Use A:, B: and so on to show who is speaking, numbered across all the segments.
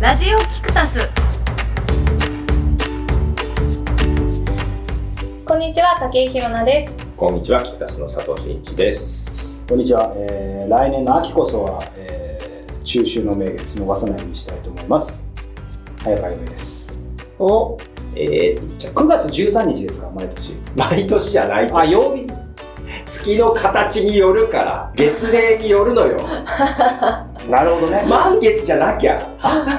A: ラジオキクタスこんにちは武井ひろなです
B: こんにちは、キクタスの佐藤真一です。
C: こんにちは、えー来年の秋こそは、えー中秋の名月逃さないようにしたいと思います早川由美です
B: おえー、
C: 9月13日ですか毎年
B: 毎年じゃない
C: あ曜日
B: 月の形によるから、月齢による のよ。
C: なるほどね、
B: 満月じゃなきゃ、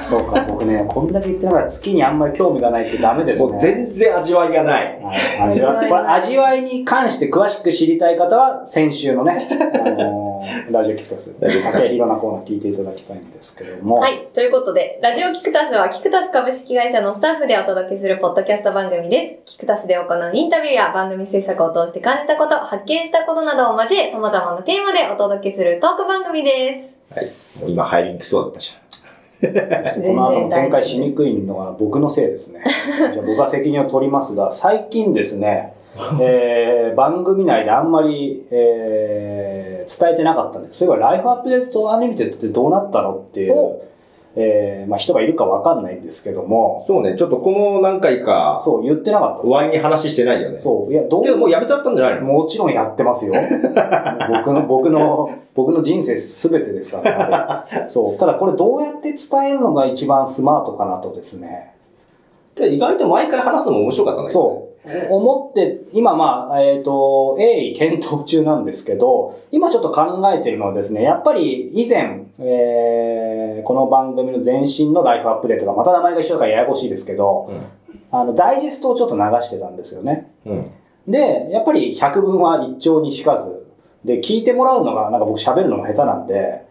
C: そうか僕ねこんだけ言ってながら月にあんまり興味がないってダメですね
B: もう全然味わいがない。
C: はい味わいこれ味わいに関して詳しく知りたい方は先週のね、あのーラジオキクタス
B: ラジオキクタス
C: 竹広なコーナー聞いていただきたいんですけれども、
A: はい。ということで、ラジオキクタスはキクタス株式会社のスタッフでお届けするポッドキャスト番組です。キクタスで行うインタビューや番組制作を通して感じたこと、発見したことなどを交え、様々なテーマでお届けするトーク番組です。
B: もう今入りにくそうだったじ
C: この後も展開しにくいのは僕のせいですね。じゃあ僕が責任を取りますが、最近ですね、えー番組内であんまり、えー伝えてなかったんですそういえば、ライフアップデートとアニメテッドってどうなったのっていう
A: お、
C: えーまあ、人がいるかわかんないんですけど
B: ゃん。
C: も、
B: そうね、ちょっとこの何回か、
C: そう、言ってなかった。
B: 終わりに話してないよね。
C: そう、いや、どう
B: けどもうやめちゃったんじゃないの
C: もちろんやってますよ。僕の、僕の、僕の人生すべてですから、ね、そう。ただこれどうやって伝えるのが一番スマートかなとですね。
B: で意外と毎回話すのも面白かったんだけど、ね。
C: そう。思って、今まあ、えっ、と、鋭意検討中なんですけど、今ちょっと考えているのはですね、やっぱり以前、えーこの番組の前身のライフアップデートが、また名前が一緒だからややこしいですけど、あの、ダイジェストをちょっと流してたんですよね。
B: うん。うん。
C: で、やっぱり百分は一丁にしかず、で、聞いてもらうのが、なんか僕喋るのが下手なんで、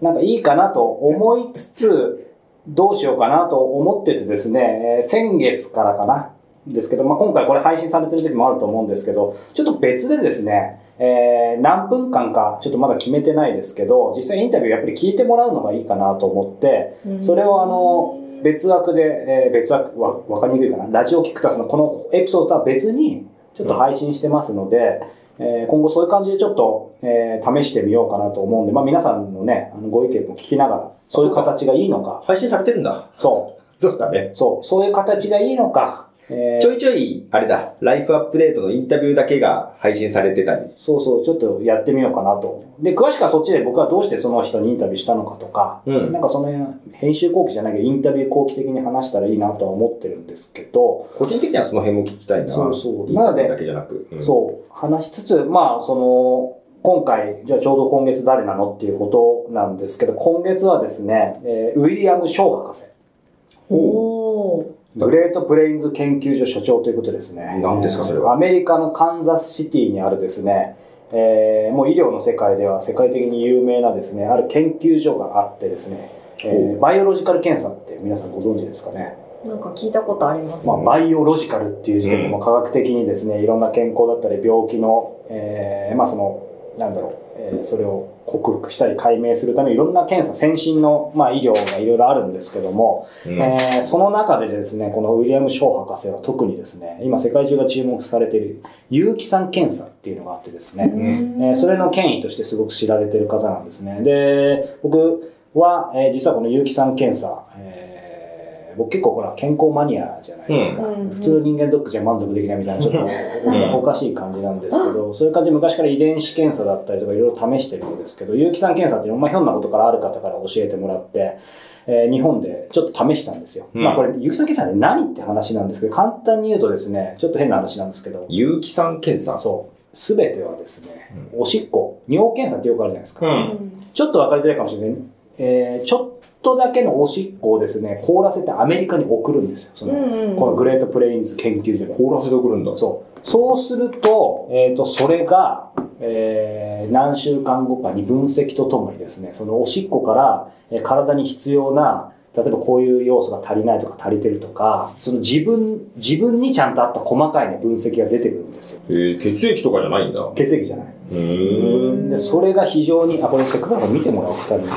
C: なんかいいかなと思いつつ、どうしようかなと思っててですね、えー先月からかな、ですけど、まあ、今回これ配信されてる時もあると思うんですけど、ちょっと別でですね、えー何分間か、ちょっとまだ決めてないですけど、実際インタビューやっぱり聞いてもらうのがいいかなと思って、それをあの、別枠で、えー別枠わ、わかりにくいかな。ラジオキクタスのこのエピソードとは別に、ちょっと配信してますので、えー今後そういう感じでちょっと、えー試してみようかなと思うんで、まあ皆さんのね、あのご意見も聞きながら、そういう形がいいのか、
B: 配信されてるんだ。
C: そ
B: そうだね。
C: う、そう、そういう形がいいのか、えー
B: ちょいちょい、あれだ、ライフアップデートのインタビューだけが配信されてたり。
C: そうそう、ちょっとやってみようかなと。で、詳しくはそっちで僕はどうしてその人にインタビューしたのかとか、
B: うん
C: なんかその辺、編集後期じゃなきゃインタビュー後期的に話したらいいなとは思ってるんですけど、
B: 個人的にはその辺も聞きたいな。
C: そうそう
B: インタビュー
C: なので
B: だけじゃなく。うん
C: そう、話しつつ、まあ、その、今回、じゃあちょうど今月誰なのっていうことなんですけど、今月はですね、えーウィリアム・ショー博士、
A: おー。
C: グレートプレインズ研究所所長ということですね。
B: 何ですかそれは
C: アメリカのカンザスシティにあるですね、えーもう医療の世界では世界的に有名なですね、ある研究所があってですね、えーバイオロジカル検査って皆さんご存知ですかね。
A: なんか聞いたことあります。
C: まあ、バイオロジカルっていう時点でもう科学的にですね、いろんな健康だったり病気の、えーまあその、なんだろう、えーそれを克服したり解明するためにいろんな検査、先進の、まあ、医療がいろいろあるんですけども、
B: うん
C: えーその中でですね、このウィリアム・ショー博士は特にですね、今世界中が注目されている有機酸検査っていうのがあってですね、
B: ん
C: えーそれの権威としてすごく知られている方なんですね。で、僕は、えー実はこの有機酸検査、えー僕結構ほら、健康マニアじゃないですか。
A: うん
C: 普通の人間ドックじゃ満足できないみたいな、ちょっと
B: ん
C: おか しい感じなんですけど、そういう感じで昔から遺伝子検査だったりとかいろいろ試してるんですけど、有機酸検査っていうのは、まあ、ひょんなことからある方から教えてもらって、えー日本でちょっと試したんですよ。
B: うん
C: まあこれ、有機酸検査で何って話なんですけど、簡単に言うとですね、ちょっと変な話なんですけど、
B: 有機酸検査。
C: そう。すべてはですね、おしっこ、尿検査ってよくあるじゃないですか。
B: うん
C: ちょっとわかりづらいかもしれない。えーちょっとだけのおしっこをですね、凍らせてアメリカに送るんですよ。その、
A: うんうん
C: このグレートプレインズ研究所に。
B: 凍らせてくるんだ。
C: そう。そうすると、えっ、と、それが、えー何週間後かに分析とともにですね、そのおしっこから、えー体に必要な、例えばこういう要素が足りないとか足りてるとか、その自分、自分にちゃんとあった細かいね、分析が出てくるんですよ。
B: えー血液とかじゃないんだ。う
C: 血液じゃない。
B: ーん。
C: で、それが非常に、あ、これせっかくだから見てもらおう、二人に。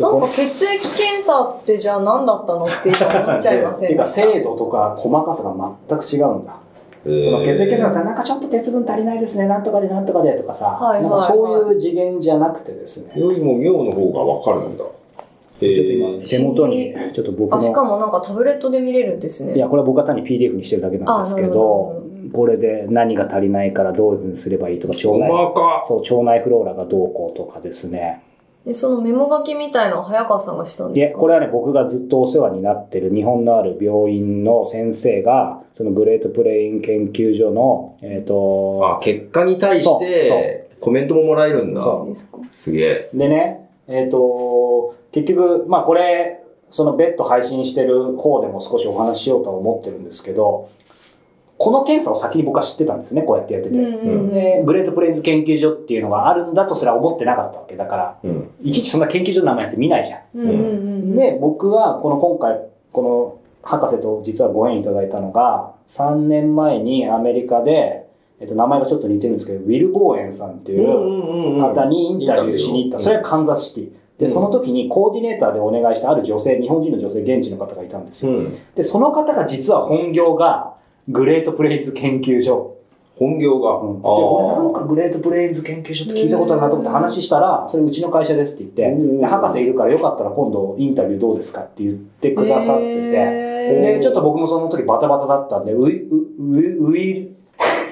A: なんか血液検査ってじゃあ何だったのって思っちゃいませ
C: て
A: んで
C: いうか、
A: した。
C: 精度とか細かさが全く違うんだ。
B: そ
C: その血液検査だった
B: だ
C: ら、なんかちょっと鉄分足りないですね、なんとかでなんとかでとかさ、
A: はいはいはい
C: なんかそういう次元じゃなくてですね、
B: よりも尿の方がわかるんだ。え
C: ちょっと今、手元に、ちょっと僕
A: あ、しか
C: の、
A: もなんかタブレットで見れるんですね。
C: いや、これは僕は単に PDF にしてるだけなんですけ
A: あなるほ
C: ど、これで何が足りないからどういうふうにすればいいとか、腸
B: 細
C: 内、
B: か
C: そう、腸内フローラがどうこうとかですね。
A: でそのメモ書きみたいのを早川さんがしたん
C: い
A: で
C: や、
A: すか
C: これはね、僕がずっとお世話になってる日本のある病院の先生が、そのグレートプレイン研究所の、えっ、と、
B: あ、結果に対し
C: そう
B: て、コメントももらえるんだ。
C: そ
A: ですか
B: すげえ。
C: でね、えっ、と、結局、まあこれ、その別途配信してる方でも少しお話ししようとは思ってるんですけど、この検査を先に僕は知ってたんですね、こうやってやって
A: う
C: て。
A: んうん
C: で
A: う
C: グレートプレインズ研究所っていうのがあるんだとすら思ってなかったわけだから、
B: うん。
C: いちいちそんな研究所の名前って見ないじゃ
A: ん。うんうんうんう
C: ん。
A: ん。
C: で、僕はこの今回、この博士と実はご縁いただいたのが、3年前にアメリカで、えっと、名前がちょっと似てるんですけど、ウィル・ボーエンさんっていう、方にインタビューしに行った。それはカンザスシティ。で、
B: うん
C: その時にコーディネーターでお願いしたある女性、日本人の女性、現地の方がいたんです
B: う
C: よ。
B: ん。
C: で、その方が実は本業が、グレートプレインズ研究所。
B: 本業が。
C: うんで、俺なん
B: あ
C: かグレートプレインズ研究所って聞いたことあるなと思って話したら、それうちの会社ですって言って、
B: うん
C: で、博士いるからよかったら今度インタビューどうですかって言ってくださってて、
A: へー
C: で、ちょっと僕もその時バタバタだったんで、ウィ、ウィ、ウィ、
B: ー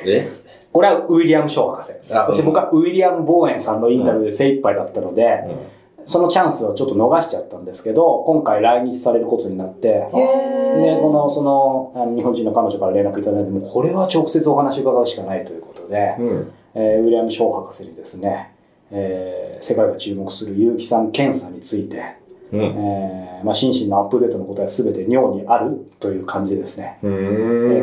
B: え
C: これはウィリアム・ショー博士。
B: あ
C: そして僕はウィリアム・ボーエンさんのインタビューで精一杯だったので、そのチャンスをちょっと逃しちゃったんですけど、今回来日されることになって、
A: へー
C: で、この、その、あの日本人の彼女から連絡いただいて、もうこれは直接お話伺うしかないということで、
B: うん。
C: えーウィリアム・ショー博士にですね、えー世界が注目する有機酸検査について、
B: う
C: え
B: ん。
C: ーまあ、心身のアップデートのことは全て尿にあるという感じですね。
B: う
C: え
B: ん。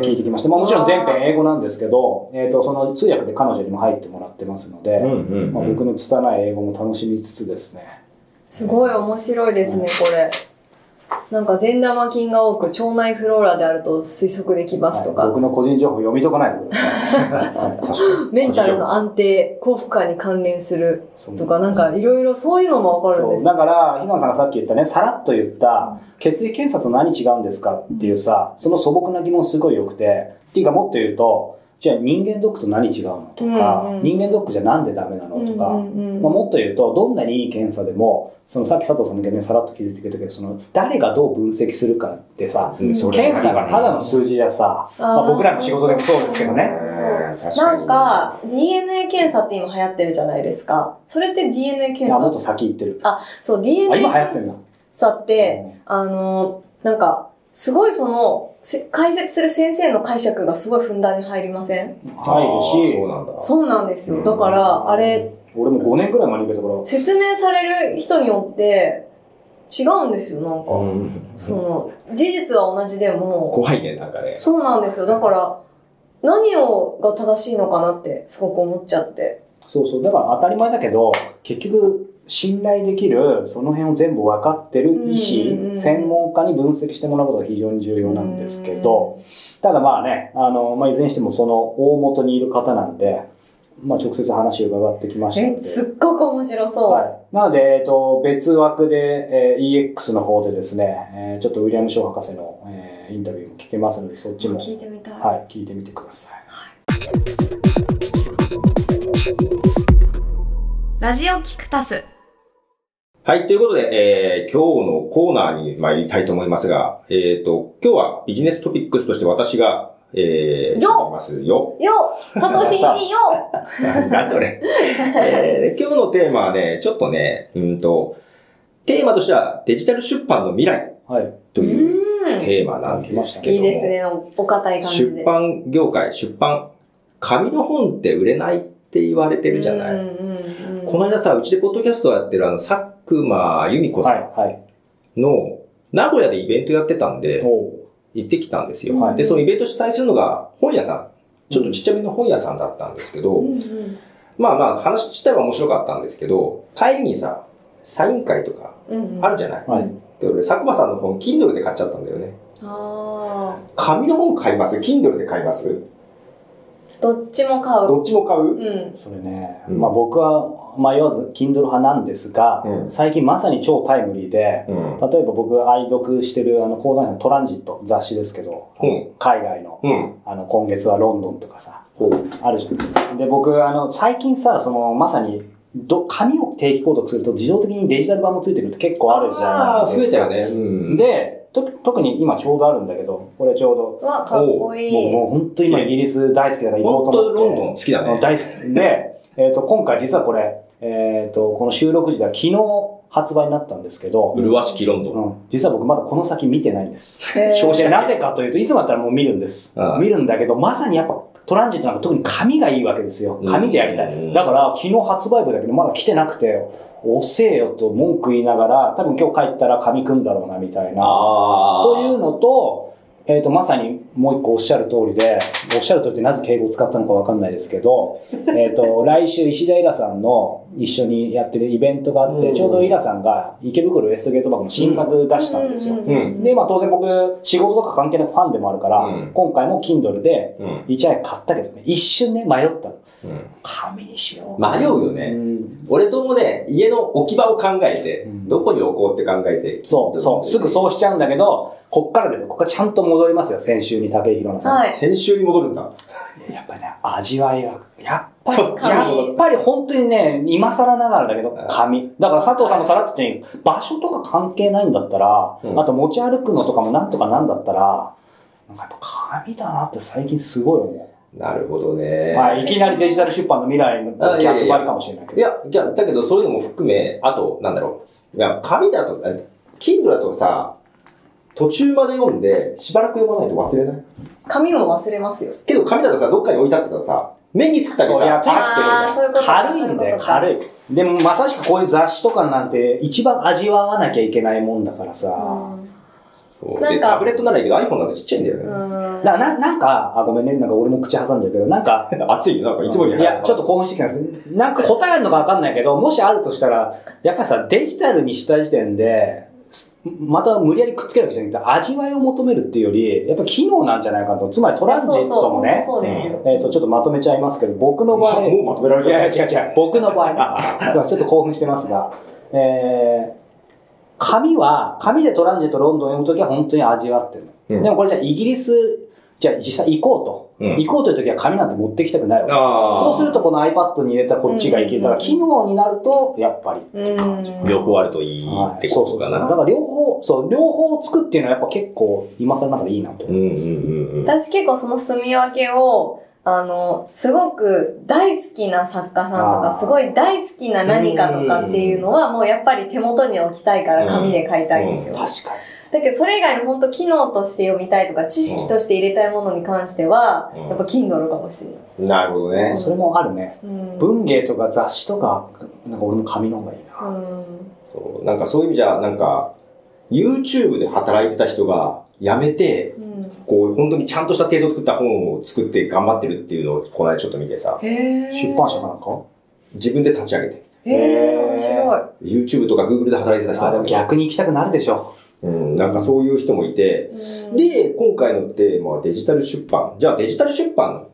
C: ー聞いてきました。まあ、もちろん全編英語なんですけど、えっ、と、その通訳で彼女にも入ってもらってますので、
B: うんうん。
C: まあ、僕の拙い英語も楽しみつつですね、
A: すごい面白いですね、これ。なんか善玉菌が多く腸内フローラであると推測できますと
C: は
A: か、
C: い僕の個人情報読みとかないでく ださいはい。
A: メンタルの安定、幸福感に関連する
C: そう
A: とか、なんかいろいろそういうのもわかるん
C: そ
A: で
C: う
A: す
C: だから、ひなさんがさっき言ったね、さらっと言った、血液検査と何違うんですかっていうさ、その素朴な疑問すごい良くて、っていうかもっと言うと、じゃあ人間ドックと何違うのとか、
A: うんうん
C: 人間ドックじゃなんでダメなのとか、
A: うんうんうん
C: まあ、もっと言うと、どんなにいい検査でも、そのさっき佐藤さんの件でさらっと気づいてくれたけど、その誰がどう分析するかってさ、
B: うんそれ
C: 検査がただの数字やさ、まあ、僕らの仕事でもそうですけどね、
B: うん確か
A: な
B: に
A: んか、DNA 検査って今流行ってるじゃないですか。それって DNA
C: い
A: 検
C: やもっと
A: 査
C: 先行ってる。
A: そう、
C: あ、
A: DNA
C: 今流行ってん
A: 検
C: だ。
A: 査って、あの、なんか、すごいその、せ解説する先生の解釈がすごいふんだんに入りません
C: 入るし
B: あーそうなんだ。
A: そうなんです
B: う
A: よ。
B: ん
A: だから、あれ、
C: 俺も5年くらい前に受けたから、
A: 説明される人によって違うんですよ、なんか。
B: うん
A: その、事実は同じでも、
B: 怖いね、なんかね。
A: そうなんですよ。だから、何をが正しいのかなってすごく思っちゃって。
C: そうそうだから当たり前だけど結局信頼できるその辺を全部分かってる医師、
A: うんうんうん
C: 専門家に分析してもらうことが非常に重要なんですけど、ただまあねあの、まあ、いずれにしてもその大元にいる方なんで、まあ、直接話を伺ってきましたの
A: え、
C: です
A: っごく面白そう。
C: はい、なので、えっと、別枠で、えー EX の方でですね、えーちょっとウィリアム・ショー博士の、えーインタビューも聞けますのでそっちも、
A: 聞いてみたい。
C: はい、聞いてみてください。
A: ラジオキクタス。
B: はい、ということで、えー、今日のコーナーに参りたいと思いますが、えっ、と、今日はビジネストピックスとして私が、えー、
A: よ
B: 喋りますよ。
A: よ佐藤真一よ
B: なんだ それ。えー、今日のテーマはね、ちょっとね、うんと、テーマとしてはデジタル出版の未来
C: はい、
B: という
A: う
B: テーマなんです
A: ん。
B: け
A: い
B: ど
A: いで
B: も、
A: すね、お堅い感じで。
B: 出版業界、出版、紙の本って売れないって言われてるじゃない。
A: うんうんうん
B: この間さ、うちでポッドキャストやってるあの、佐久間由美子
C: は
B: さ
C: い、はい。
B: んの、名古屋でイベントやってたんで、
C: おう
B: 行ってきたんですよ。
C: はい
B: で、そのイベント主催するのが本屋さん。ちょっとちっちゃめの本屋さんだったんですけど、
A: うんうん
B: まあまあ話自体は面白かったんですけど、帰りにさ、サイン会とか
A: うんうん
B: あるじゃない、
C: はい
B: で俺、佐久間さんの本、Kindle で買っちゃったんだよね。
A: あ
B: 紙の本買います ?Kindle で買います
A: ーどっちも買う。
B: どっちも買う
A: うん。
C: それね、
B: うん
C: まあ僕は迷わず Kindle 派なんですが、
B: うん
C: 最近まさに超タイムリーで、
B: うん。
C: 例えば僕が愛読してるあの講談社のトランジット雑誌ですけど、
B: うん
C: 海外の
B: うん。
C: あの今月はロンドンとかさ、
B: ほう。
C: あるじゃん。で、僕、あの、最近さ、そのまさにど紙を定期購読すると自動的にデジタル版もついてくるって結構あるじゃ
B: あ
C: な
B: ー
C: いで
B: 増え
C: す
B: た
C: か。
B: よね。うん。、
C: で、と特に今ちょうどあるんだけど、これちょうど、
A: わ、かっこい
C: もう
A: い。
C: もう本当今イギリス大好きだから行こ
B: 本
C: うと
B: 当
C: 思って。
B: ロンドン好きだね。
C: 大好き。で、えっ、と、今回実はこれ、えっ、と、この収録時では昨日発売になったんですけど、
B: 麗しきロンドン。
C: うん実は僕まだこの先見てないんです。
A: へー
B: 表
C: で
B: 紙
C: なぜかというと、いつもだったらもう見るんです
B: ああ。
C: 見るんだけど、まさにやっぱトランジットなんか特に紙がいいわけですよ
B: う。ん
C: 紙でやりた
B: うん
C: い。だから、昨日発売部だけどまだ来てなくて、遅えよと文句言いながら、多分今日帰ったら紙組んだろうなみたいな。
B: あ
C: というのと、えっ、と、まさにもう一個おっしゃる通りで、おっしゃる通りってなぜ敬語を使ったのかわかんないですけど、 えっと、来週石田イラさんの一緒にやってるイベントがあって、
B: うん
C: ちょうどイラさんが池袋ウエストゲートバックの新作出したんですよ。
A: うう
B: う
A: う
C: で、まあ当然僕、仕事とか関係なくファンでもあるから、
B: うん
C: 今回も Kindle で、
B: うん。
C: いち早く買ったけどね、一瞬ね、迷ったの。
B: うん。
C: 紙にしようかな。
B: 迷うよね。
C: うん
B: 俺ともね、家の置き場を考えて、
C: うん
B: どこに置こうって考えて。
C: そう、そう、すぐ
B: う。
C: そうしちゃうんだけど、こっからですよ。ここはちゃんと戻りますよ、先週に武井宏奈さん。
A: はい
B: 先週に戻るんだ。
C: やっぱね、味わいは、やっぱり、
B: そ
A: っち
C: やっぱり本当にね、今更ながらだけど、紙。だから佐藤さんもさらっと言って場所とか関係ないんだったら、
B: うん
C: あと持ち歩くのとかもなんとかなんだったら、なんかやっぱ紙だなって最近すごい思
B: なるほど
C: う。
B: ね。
C: まあ、いきなりデジタル出版の未来の
B: あいやいやい
C: 逆
B: や
C: 張りかもしれないけ
B: い
C: ど。
B: や、いや、だけどそういうのも含め、あと、なんだろう。いや、紙だと、え Kindle だとさ、途中まで読んで、しばらく読まないと忘れない。
A: 髪も忘れますよ。
B: けど紙だとさ、どっかに置いてあったらさ、目につくだけ
C: そうい
B: さ
C: や、
A: あーそういうことか
C: 軽いんだ
A: そういう
C: よ、
A: ことか
C: 軽い。でもまさしくこういう雑誌とかなんて一番味わわなきゃいけないもんだからさ。
B: そう
A: な
B: で
A: んか
B: タブレットならいいけど iPhone だとちっちゃいんだよね。
A: うん
C: だからななんか、あ、ごめんね、なんか俺の口挟んじゃうけど、なんか、
B: 熱いよ、なんかいつもより。
C: いや、ちょっと興奮してきたんですなんか答えあるのかわかんないけど、もしあるとしたら、やっぱりさ、デジタルにした時点で、すまた無理やりくっつけるわけじゃなくて、味わいを求めるっていうより、やっぱ機能なんじゃないかと。つまりトランジットもね、
A: そうそう本当そうですよ。
C: えっ、と、ちょっとまとめちゃいますけど、僕の場
B: ま
C: 合、
B: もうまとめられ
C: い
B: ちゃ
C: や
B: う
C: いや違う違う、僕の場合、すいませんちょっと興奮してますが、えー、紙は、紙でトランジットロンドンを読むときは本当に味わってる
B: う
C: の、
B: ん
C: でもこれじゃあイギリス、じゃあ実際行こう
B: うん
C: と。行こうというときは紙なんて持ってきたくないわけ。
B: あー
C: そうするとこの iPad に入れたこっちがいける。だから機能になると、やっぱりって感じ。
A: うん
B: 両方あるといい
C: は
B: っ
C: い
B: てことかな。
C: そうそうそうだから両方、そう、両方つくっていうのはやっぱ結構今更ながらいいなと。
B: うんうんうんうん。
A: 私結構その住み分けを、あの、すごく大好きな作家さんと
C: あ
A: か、
C: ー
A: すごい大好きな何かとかっていうのは、もうやっぱり手元に置きたいから紙で買いたいんですよ。
C: 確か
A: だけどそれ以外の本当機能として読みたいとか、知識として入れたいものに関しては
B: うん、
A: やっぱ Kindle かもしれない。
B: なるほどね
C: に。。それもあるね。
A: うん。
C: 文芸とか雑誌とか、なんか俺も紙の方がいいな。
A: うん
B: そうなんかそういう意味じゃ、なんか、YouTube で働いてた人が辞めて、
A: うん。
B: こう、本当にちゃんとした提訴を作った本を作って頑張ってるっていうのを、この間ちょっと見てさ、
A: へー
C: 出版社かなんか
B: 自分で立ち上げて、
A: へえ、面白い。
B: YouTube とか Google で働いてた人
C: あで
B: だ
C: も
B: けど
C: 逆に行きたくなるでしょ。
B: うん、なんかそういう人もいて、
A: うん
B: で、今回のテーマはデジタル出版。じゃあデジタル出版、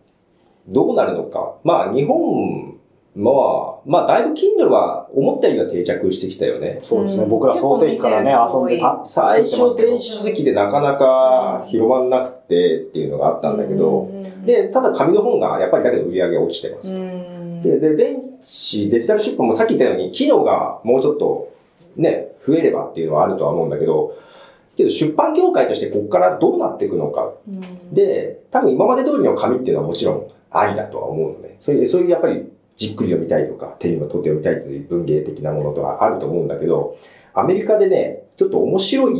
B: どうなるのか。まあ日本、まあ、まあだいぶ Kindle は思ったよりは定着してきたよね。
C: そうですね。
A: うん
C: 僕ら創世紀からね、
A: 結構
C: 遊ん
A: 見て
C: で
A: る
C: た、
B: 最初
C: 作ってま
B: 電
C: す
B: 子書籍でなかなか広まんなくてっていうのがあったんだけど、
A: うんうんうん、
B: で、ただ紙の本がやっぱりだけど売り上げ落ちてま
A: う
B: す。
A: ん、
B: で、で、電子、デジタル出版もさっき言ったように機能がもうちょっとね、増えればっていうのはあるとは思うんだけど、けど出版業界としてここからどうなっていくのか。
A: うん、
B: で、多分今まで通りの紙っていうのはもちろんありだとは思うので、そういう、そういうやっぱりじっくり読みたいとか、手にも取って読みたいという文芸的なものとはあると思うんだけど、アメリカでね、ちょっと面白い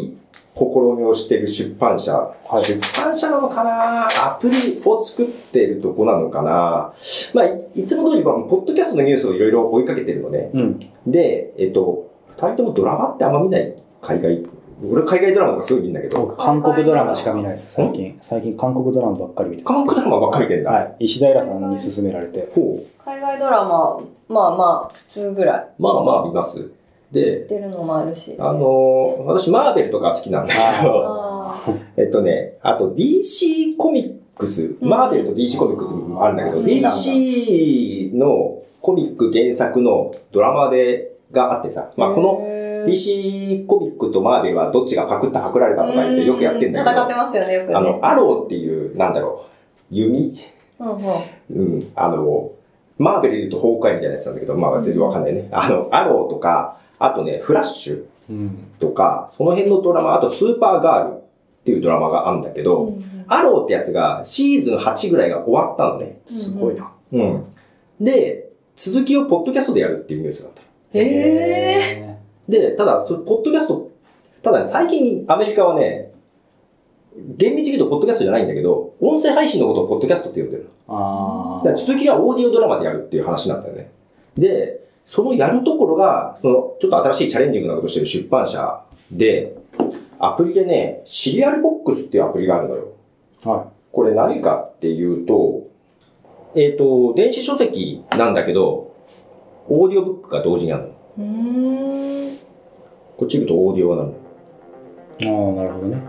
B: 試みをしてる出版社、
C: い
B: 出版社なのかなアプリを作ってるとこなのかなまあ、いいつも通り、まあポッドキャストのニュースをいろいろ追いかけてるのね。
C: うん。
B: で、えっと、二人ともドラマってあんま見ない海外、俺海外ドラマとかすごい見るんだけど、
C: 僕、韓国ドラマしか見ないです、最近。最近、韓国ドラマばっかり見てま
B: 韓
C: す
B: 国ドラマばっかり見てんだ。
C: はい。石平さんに勧められて。
B: ほう
A: 海外ドラマ、まあまあ、普通ぐら
B: まあまあ見ます。
A: い。知っ
B: で、
A: てるのもあるし。
B: あのー私マーベルとか好きなんだけど、
A: あー
B: えっとね、あと DC コミックス、
A: うん
B: マーベルと DC コミックスもあるんだけど、
A: うん
B: DC のコミック原作のドラマで、があってさ、まあこの、
A: へー
B: DC コミックとマーベルはどっちがパクったパクられたとか言ってよくやってんだけ
A: う戦って
B: ど、
A: ますよね、よくね。
B: あの、アローっていう、なんだろう、弓
A: うんうん、
B: うん、あの、マーベルで言うと崩壊みたいなやつなんだけど、まあ全然わかんないね。あの、アローとか、あとね、フラッシュ
C: うん。
B: とか、その辺のドラマ、あとスーパーガールっていうドラマがあるんだけど、アローってやつがシーズン8ぐらいが終わったのね。
C: すごいな。
B: うん。で、続きをポッドキャストでやるっていうニュースがあった。
A: へえ。
B: で、ただ、それポッドキャスト、ただ、ね、最近アメリカはね、厳密に言うとポッドキャストじゃないんだけど、音声配信のことをポッドキャストって呼んでるの。
C: あ
B: だから
C: あ。
B: 続きはオーディオドラマでやるっていう話なんだよね。で、そのやるところが、その、ちょっと新しいチャレンジングなことをしてる出版社で、アプリでね、シリアルボックスっていうアプリがあるのよ。
C: は
B: これ何かっていうと、えっ、と、電子書籍なんだけど、オーディオブックが同時にあるの。
A: うーん。
B: こっち行くとオーディオがなるの。
C: い。ああ、なるほどね。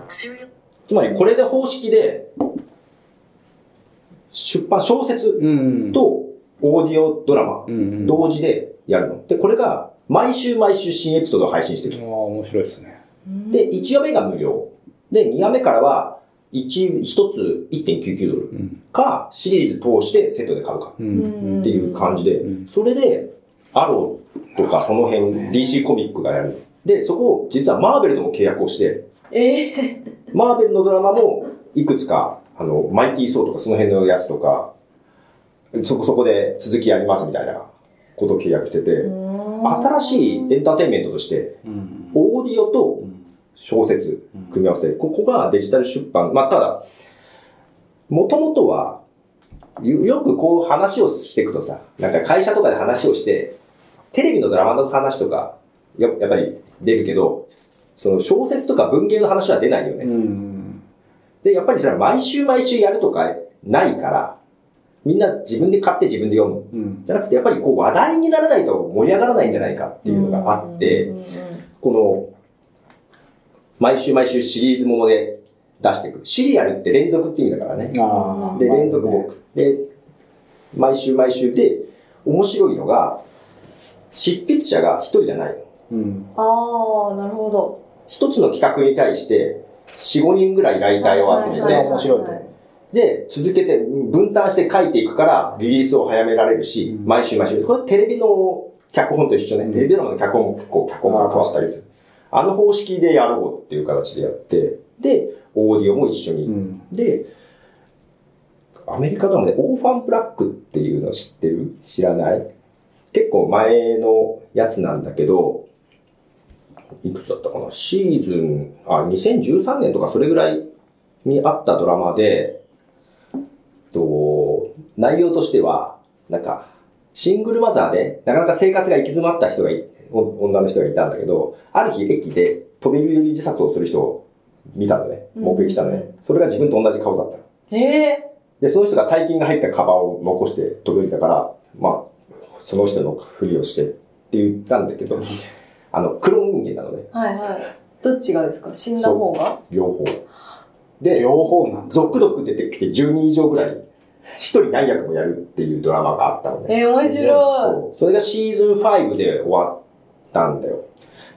B: つまりこれで方式で、出版小説
C: うん。
B: とオーディオドラマ、
C: うんうん。あ
B: 同時でやるの。で、これが毎週毎週新エピソードを配信して
C: あ、
B: る。
C: 面白いですね。
B: で、1話目が無料。で、2話目からは、1、1つ1.99ドル
C: うん。
B: か、シリーズ通してセットで買うか
C: う
B: っていう感じで
C: う、ん。
B: それで、アローとかその辺、DC コミックがやる。で、そこを実はマーベルとも契約をして、
A: えー、
B: マーベルのドラマも、いくつか、あの、マイティー・ソーとかその辺のやつとか、そこそこで続きやりますみたいなことを契約してて、新しいエンターテインメントとして、
C: うん。
B: オーディオと小説
C: うん
B: 組み合わせて、ここがデジタル出版。まあ、ただ、もともとは、よよくこう話をしていくとさ、なんか会社とかで話をして、テレビのドラマの話とか、ややっぱり出るけど、その小説とか文芸の話は出ないよね。
C: うん。
B: で、やっぱりそれは毎週毎週やるとかないから、みんな自分で買って自分で読む。
C: うん。
B: じゃなくて、やっぱりこう話題にならないと盛り上がらないんじゃないかっていうのがあって、この、毎週毎週シリーズもので出していく。シリアルって連続って意味だからね。
C: ああ。
B: で、連続も。で、毎週毎週で、面白いのが、執筆者が一人じゃないの。
C: うん。
A: ああ、なるほど。
B: 一つの企画に対して、4、5人ぐらいライターを集めて、
C: それは面白いと思
B: で、続けて、分担して書いていくから、リリースを早められるし、
C: うん
B: 毎週毎週。これテレビの脚本と一緒ね。
C: うん
B: テレビドラマの脚本も結構脚本が変わったりする。あの方式でやろうっていう形でやって、で、オーディオも一緒
C: う。
B: に。
C: ん。
B: で、アメリカでもね、オーファンブラックっていうの知ってる知らない結構前のやつなんだけど、いくつだったかなシーズン、あ、2013年とかそれぐらいにあったドラマで、と内容としては、なんか、シングルマザーで、なかなか生活が行き詰まった人がい、お女の人がいたんだけど、ある日駅で飛び降り自殺をする人を見たのね。目撃したのね。
A: うん
B: それが自分と同じ顔だったの。
A: ええ
B: で、その人が大金が入ったカバンを残して飛び降りたから、まあ、その人のふりをしてって言ったんだけど、あの、黒人間なのね、
A: ー、はいはい。どっちがですか死んだ方が
B: 両方。で、
C: 両方なんだ。
B: 続々出てきて10人以上ぐらい、一人何役もやるっていうドラマがあったのね。
A: えー、面白
B: そう。それがシーズン5で終わったんだよ。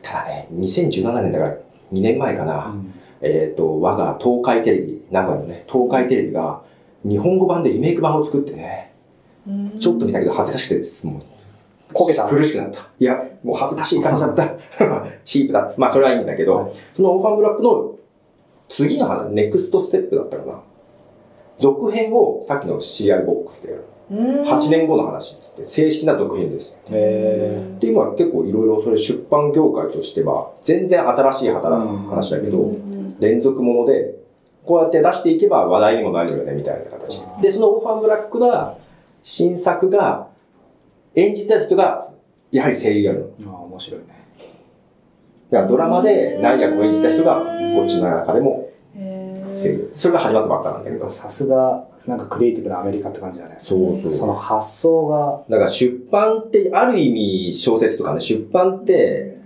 B: ただね、2017年だから2年前かな。えっ、と、我が東海テレビ、名古屋のね、東海テレビが日本語版でリメイク版を作ってね、
A: いうん。
B: ちょっと見たけど恥ずかしくてです、もう。
C: こけた
B: 苦しくなった。いや、もう恥ずかしい感じだった。 チープだ。まあ、それはいいんだけど、
C: はい
B: そのオーファンブラックの次の話、ネクストステップだったかな。続編をさっきのシリアルボックスでやる。
A: うん
B: 8年後の話っつって、正式な続編です。
C: へえ。
B: っていうのは結構いろいろそれ出版業界としては、全然新しい働
C: うん
B: き話だけ
A: う
B: ど、
A: ん
B: 連続もので、こうやって出していけば話題にもなるよね、みたいな形で。で、そのオーファンブラックが、新作が、演じてた人が、やはり声優やるの。
C: ああ、面白いね。
B: だからドラマで何役を演じた人が、こっちの中でも
A: うんへ
B: 声
A: ー
B: 優。それが始まったばっかなんだけ
C: なん
B: ど
C: か。さすが、なんかクリエイティブなアメリカって感じだね。
B: そうそう。
C: その発想が、
B: だから出版って、ある意味小説とかね、出版って、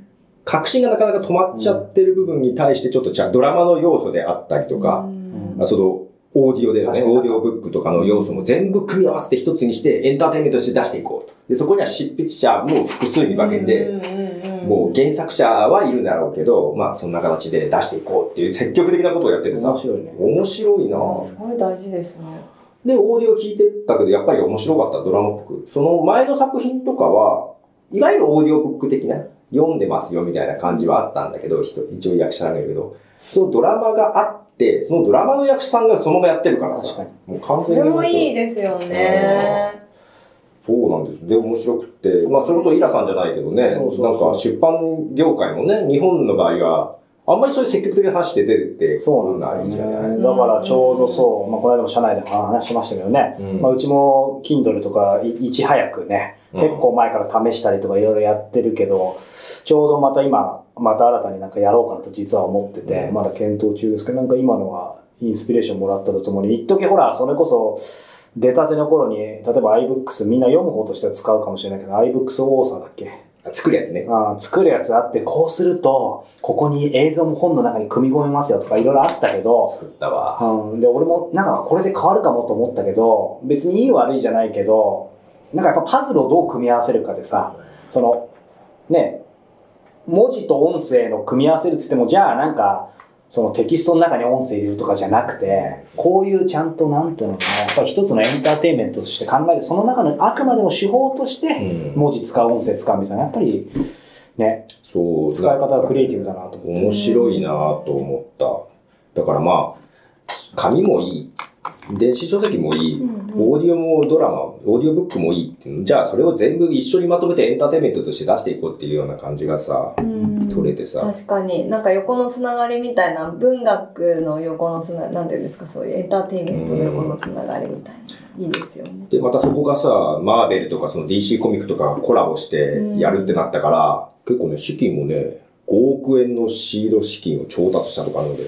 B: 革新がなかなか止まっちゃってる部分に対して、ちょっとじゃあドラマの要素であったりとか、
A: うん
B: まあ、その、オーディオで、ね、
C: 確かに
B: オーディオブックとかの要素も全部組み合わせて一つにしてエンターテインメントとして出していこうと。で、そこには執筆者も複数に分けて、
A: うんん
B: もう原作者はいるだろうけど、まあそんな形で出していこうっていう積極的なことをやってて
C: 面
B: さ、
C: 白いね。
B: 面白いな
A: あすごい大事ですね。
B: で、オーディオ聞いてたけど、やっぱり面白かったドラマっぽく。その前の作品とかは、いわゆるオーディオブック的な、読んでますよみたいな感じはあったんだけど、人一応役者なんだけど、そのドラマがあって、そのドラマの役者さんがそのままやってるから
C: 確
B: さ
C: か、に。
B: もう完
A: そ
B: 全
A: れ
B: に
A: もいいですよね。
B: そうなんです。で、面白くて、まあ、それこそイラさんじゃないけどね、
C: そうそうそう
B: なんか出版業界もね、日本の場合は、あんまりそういう積極的な話で出てて、
C: そうなんです
B: じゃ
C: よ
B: ない
C: ね。だからちょうどそう、まあ、この間も社内でも話しましたけどね、
B: うん
C: まあ、うちも Kindle とかいいち早くね、
B: うん
C: 結構前から試したりとかいろいろやってるけど、ちょうどまた今、また新たになんかやろうかなと実は思ってて、
B: うん
C: まだ検討中ですけど、なんか今のはインスピレーションもらったとともに、一時ほら、それこそ、出たての頃に、例えば iBooks みんな読む方としては使うかもしれないけど、iBooks オーサーだっけ
B: 作るやつね。
C: あー作るやつあって、こうすると、ここに映像も本の中に組み込めますよとかいろいろあったけど、
B: 作ったわ。
C: うん、で俺もなんかこれで変わるかもと思ったけど別にいい悪いじゃないけどなんかやっぱパズルをどう組み合わせるかでさそのね文字と音声の組み合わせるっつってもじゃあなんかそのテキストの中に音声入れるとかじゃなくてこういうちゃんとなんていうのかなやっぱり一つのエンターテインメントとして考えるその中のあくまでも手法とし
B: う
C: て
B: ん
C: 文字使う音声使うみたいなやっぱりね
B: そう
C: 使い方はクリエイティブだなと思って
B: 面白いなと思った。だからまあ、紙もいい、電子書籍もいい、
A: うん
B: オーディオもドラマ、オーディオブックもいいっていうのじゃあそれを全部一緒にまとめてエンターテインメントとして出していこうっていうような感じがさ、
A: うん
B: 取れてさ、
A: 確かに、なんか横のつながりみたいな、文学の横のつな、なんていうんですか、そういうエンターテインメントの横のつながりみたいな。いいですよね。
B: で、またそこがさ、マーベルとかその DC コミックとかコラボしてやるってなったから、結構ね、資金もね、5億円のシード資金を調達したとかあるので、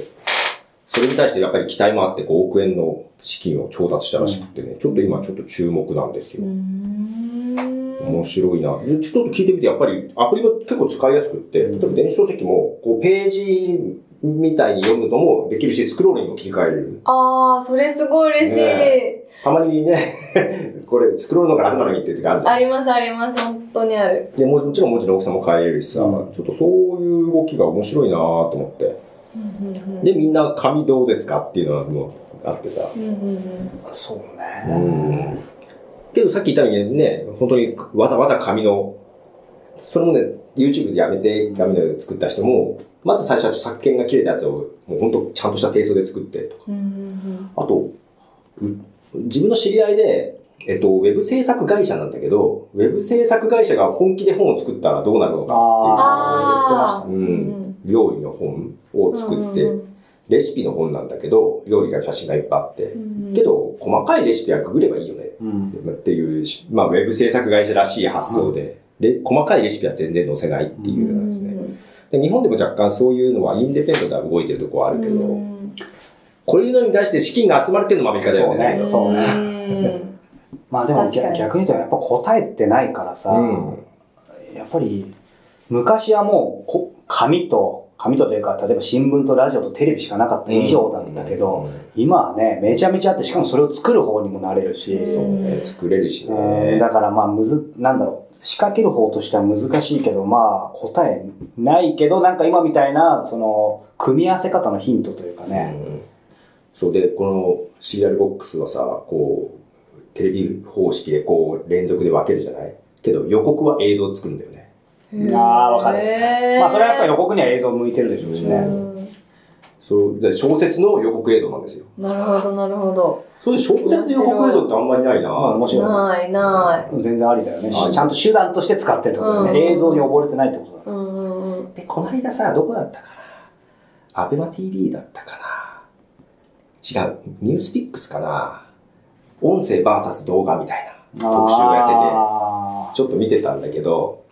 B: それに対してやっぱり期待もあって5億円の資金を調達したらしくてね、ちょっと今ちょっと注目なんです
A: う
B: よ。
A: ん。
B: 面白いな。でちょっと聞いてみて、やっぱりアプリも結構使いやすくって、例えば電子書籍も、こう、ページみたいに読むのもできるし、スクロールにも切り替えれる。
A: ああ、それすごい嬉しい。
B: ねたまにね、 これ、スクロールの方が楽なのにっていう時あるじゃん
A: ありますあります、本当にある。
B: でももちろんもちろん奥さんも変えれるしさ、
C: う
B: ちょっとそういう動きが面白いなと思って
A: うんうんうん
B: でみんな紙どうですかっていうのもあってさ
A: うんうんうん
C: そうね
B: うんけどさっき言ったようにね本当にわざわざ紙のそれもね YouTube でやめて紙の作った人もまず最初は作権が切れたやつをもう本当ちゃんとしたテイストで作ってとか
A: うんうん
B: あとう自分の知り合いでえっと、ウェブ制作会社なんだけど、ウェブ制作会社が本気で本を作ったらどうなるのか
C: ああ、言ってました
B: う
C: ね。
A: うん
B: ん、料理の本を作って、
A: うん
B: レシピの本なんだけど、料理が写真がいっぱいあって
A: う、んうん
B: けど、細かいレシピはググればいいよね
C: うん。
B: っていうし、まあ、ウェブ制作会社らしい発想で、で、細かいレシピは全然載せないっていうようなんですね。で、日本でも若干そういうのはインディペンデントでは動いてるとこはあるけ
A: う
B: ど、
A: ん
B: これいうのに対して資金が集まるっていうのもアメリカだよね。
C: そうね
A: ね
C: まあでも
A: 確か
C: 逆
A: に
C: 逆に言うとやっぱ答えってないからさ、
B: うん。
C: やっぱり昔はもうこ紙と、紙とというか例えば新聞とラジオとテレビしかなかった以上だったけど、今はね、めちゃめちゃあって、しかもそれを作る方にもなれるし、
B: うん、そうね、作れるし
C: うん
B: ね
C: だ。からまあむず、なんだろう、仕掛ける方としては難しいけど、まあ答えないけど、なんか今みたいな、その、組み合わせ方のヒントというかね、
B: うんそうでこのシリアルボックスはさこうテレビ方式でこう連続で分けるじゃないけど予告は映像作るんだよね
A: うん
C: あーわかる
A: へー
C: まあそれはやっぱり予告には映像向いてるでしょうしね。
A: うん
B: そうで小説の予告映像なんですよ
A: なるほどなるほど
B: そういう小説予告映像ってあんまりないな
C: まあ面白い。
A: ないない
C: 全然ありだよね。
B: あり
C: ちゃんと手段として使ってるってことだよね。
A: うん
C: 映像に溺れてないってこと
A: う
C: だ。
A: んうんうん
B: でこの間さどこだったかなアベマ t v だったかな違うニュースピックスかな音声 VS 動画みたいな特集をやってて
C: あ
B: ちょっと見てたんだけど、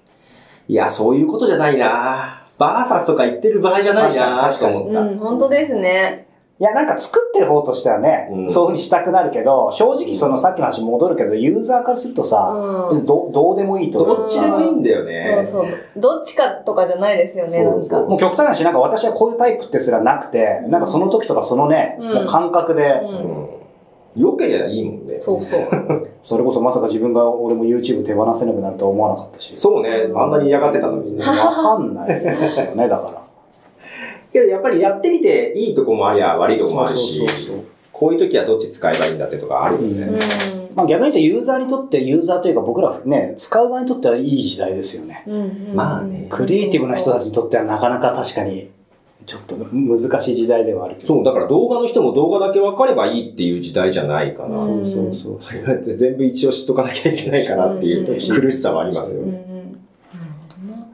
B: いや、そういうことじゃないなバーサスとか言ってる場合じゃないな
C: 確
B: と
C: かに
B: 思った。
A: うん本当ですね
C: ーいや、なんか作ってる方としてはね、
B: うん
C: そういうふうにしたくなるけど、正直そのさっきの話に戻るけど、ユーザーからすると
A: う
C: さ、別
A: ん
C: にどどうでもいいというか
B: どっちでもいいんだよ
A: そう
B: ね。
A: そうどっちかとかじゃないですよね
B: そ
A: な
B: うんそう
A: か
C: もう極端な話、なんか私はこういうタイプってすらなくて、
A: うん
C: なんかその時とかそのね、
A: うん
C: もう感覚で、
A: うん
B: うん。よけりゃいいもんね。
A: そうそう
C: それこそまさか自分が俺も YouTube 手放せなくなるとは思わなかったし、
B: そうね。あんなに嫌がってたのにね。
C: わかんないですよ ね、だから。
B: けどやっぱりやってみていいとこもありゃ悪いとこもあるし
C: そうそうそう、
B: こういう時はどっち使えばいいんだってとかあるんで
A: う
B: ね。
A: ん
C: まあ、逆に言うとユーザーにとってユーザーというか僕らね使う側にとってはいい時代ですよね
A: うんうん
B: まあね
C: クリエイティブな人たちにとってはなかなか確かにちょっと難しい時代ではあるけど
B: そう、だから動画の人も動画だけ分かればいいっていう時代じゃないか
A: う
B: な。
A: ん
C: そうそうそう
B: だって 全部一応知っとかなきゃいけないかなっていううん苦しさはありますよ
A: うんうん
B: ね。
A: なるほどな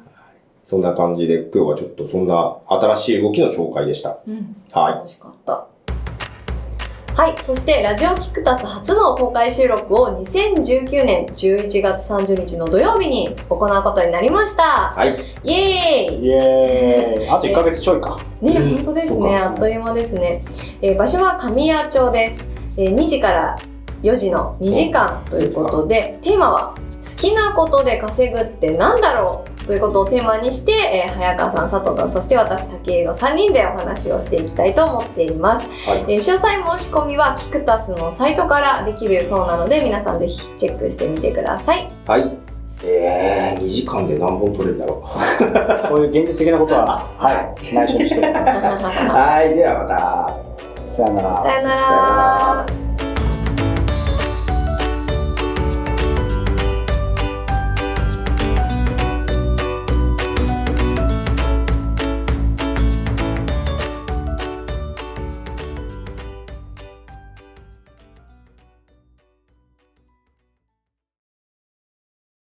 B: そんな感じで今日はちょっとそんな新しい動きの紹介でした。
A: うん
B: はい。
A: 楽しかった。はい。そして、ラジオキクタス初の公開収録を2019年11月30日の土曜日に行うことになりました。
B: はい。
A: イエーイ
C: イエーイあと1ヶ月ちょい か
A: ね、
B: うん
A: 本当です
B: そう
A: ね。
B: か
A: あっという間ですね。えー場所は神谷町です。えー2時から4時の2時間ということで、テーマは、好きなことで稼ぐってなんだろうということをテーマにして、えー早川さん、佐藤さん、そして私、竹井の3人でお話をしていきたいと思っています。
B: はい。
A: えー詳細申し込みはキクタスのサイトからできるそうなので皆さんぜひチェックしてみてくだ さい
B: はい。えー、2時間で何本撮れるんだろう。
C: そういう現実的なことは、 はい、内緒にしておきま
A: さよ
B: はい。ではまた。
C: す。さよなら。
A: な
B: さよな
A: ら
B: ら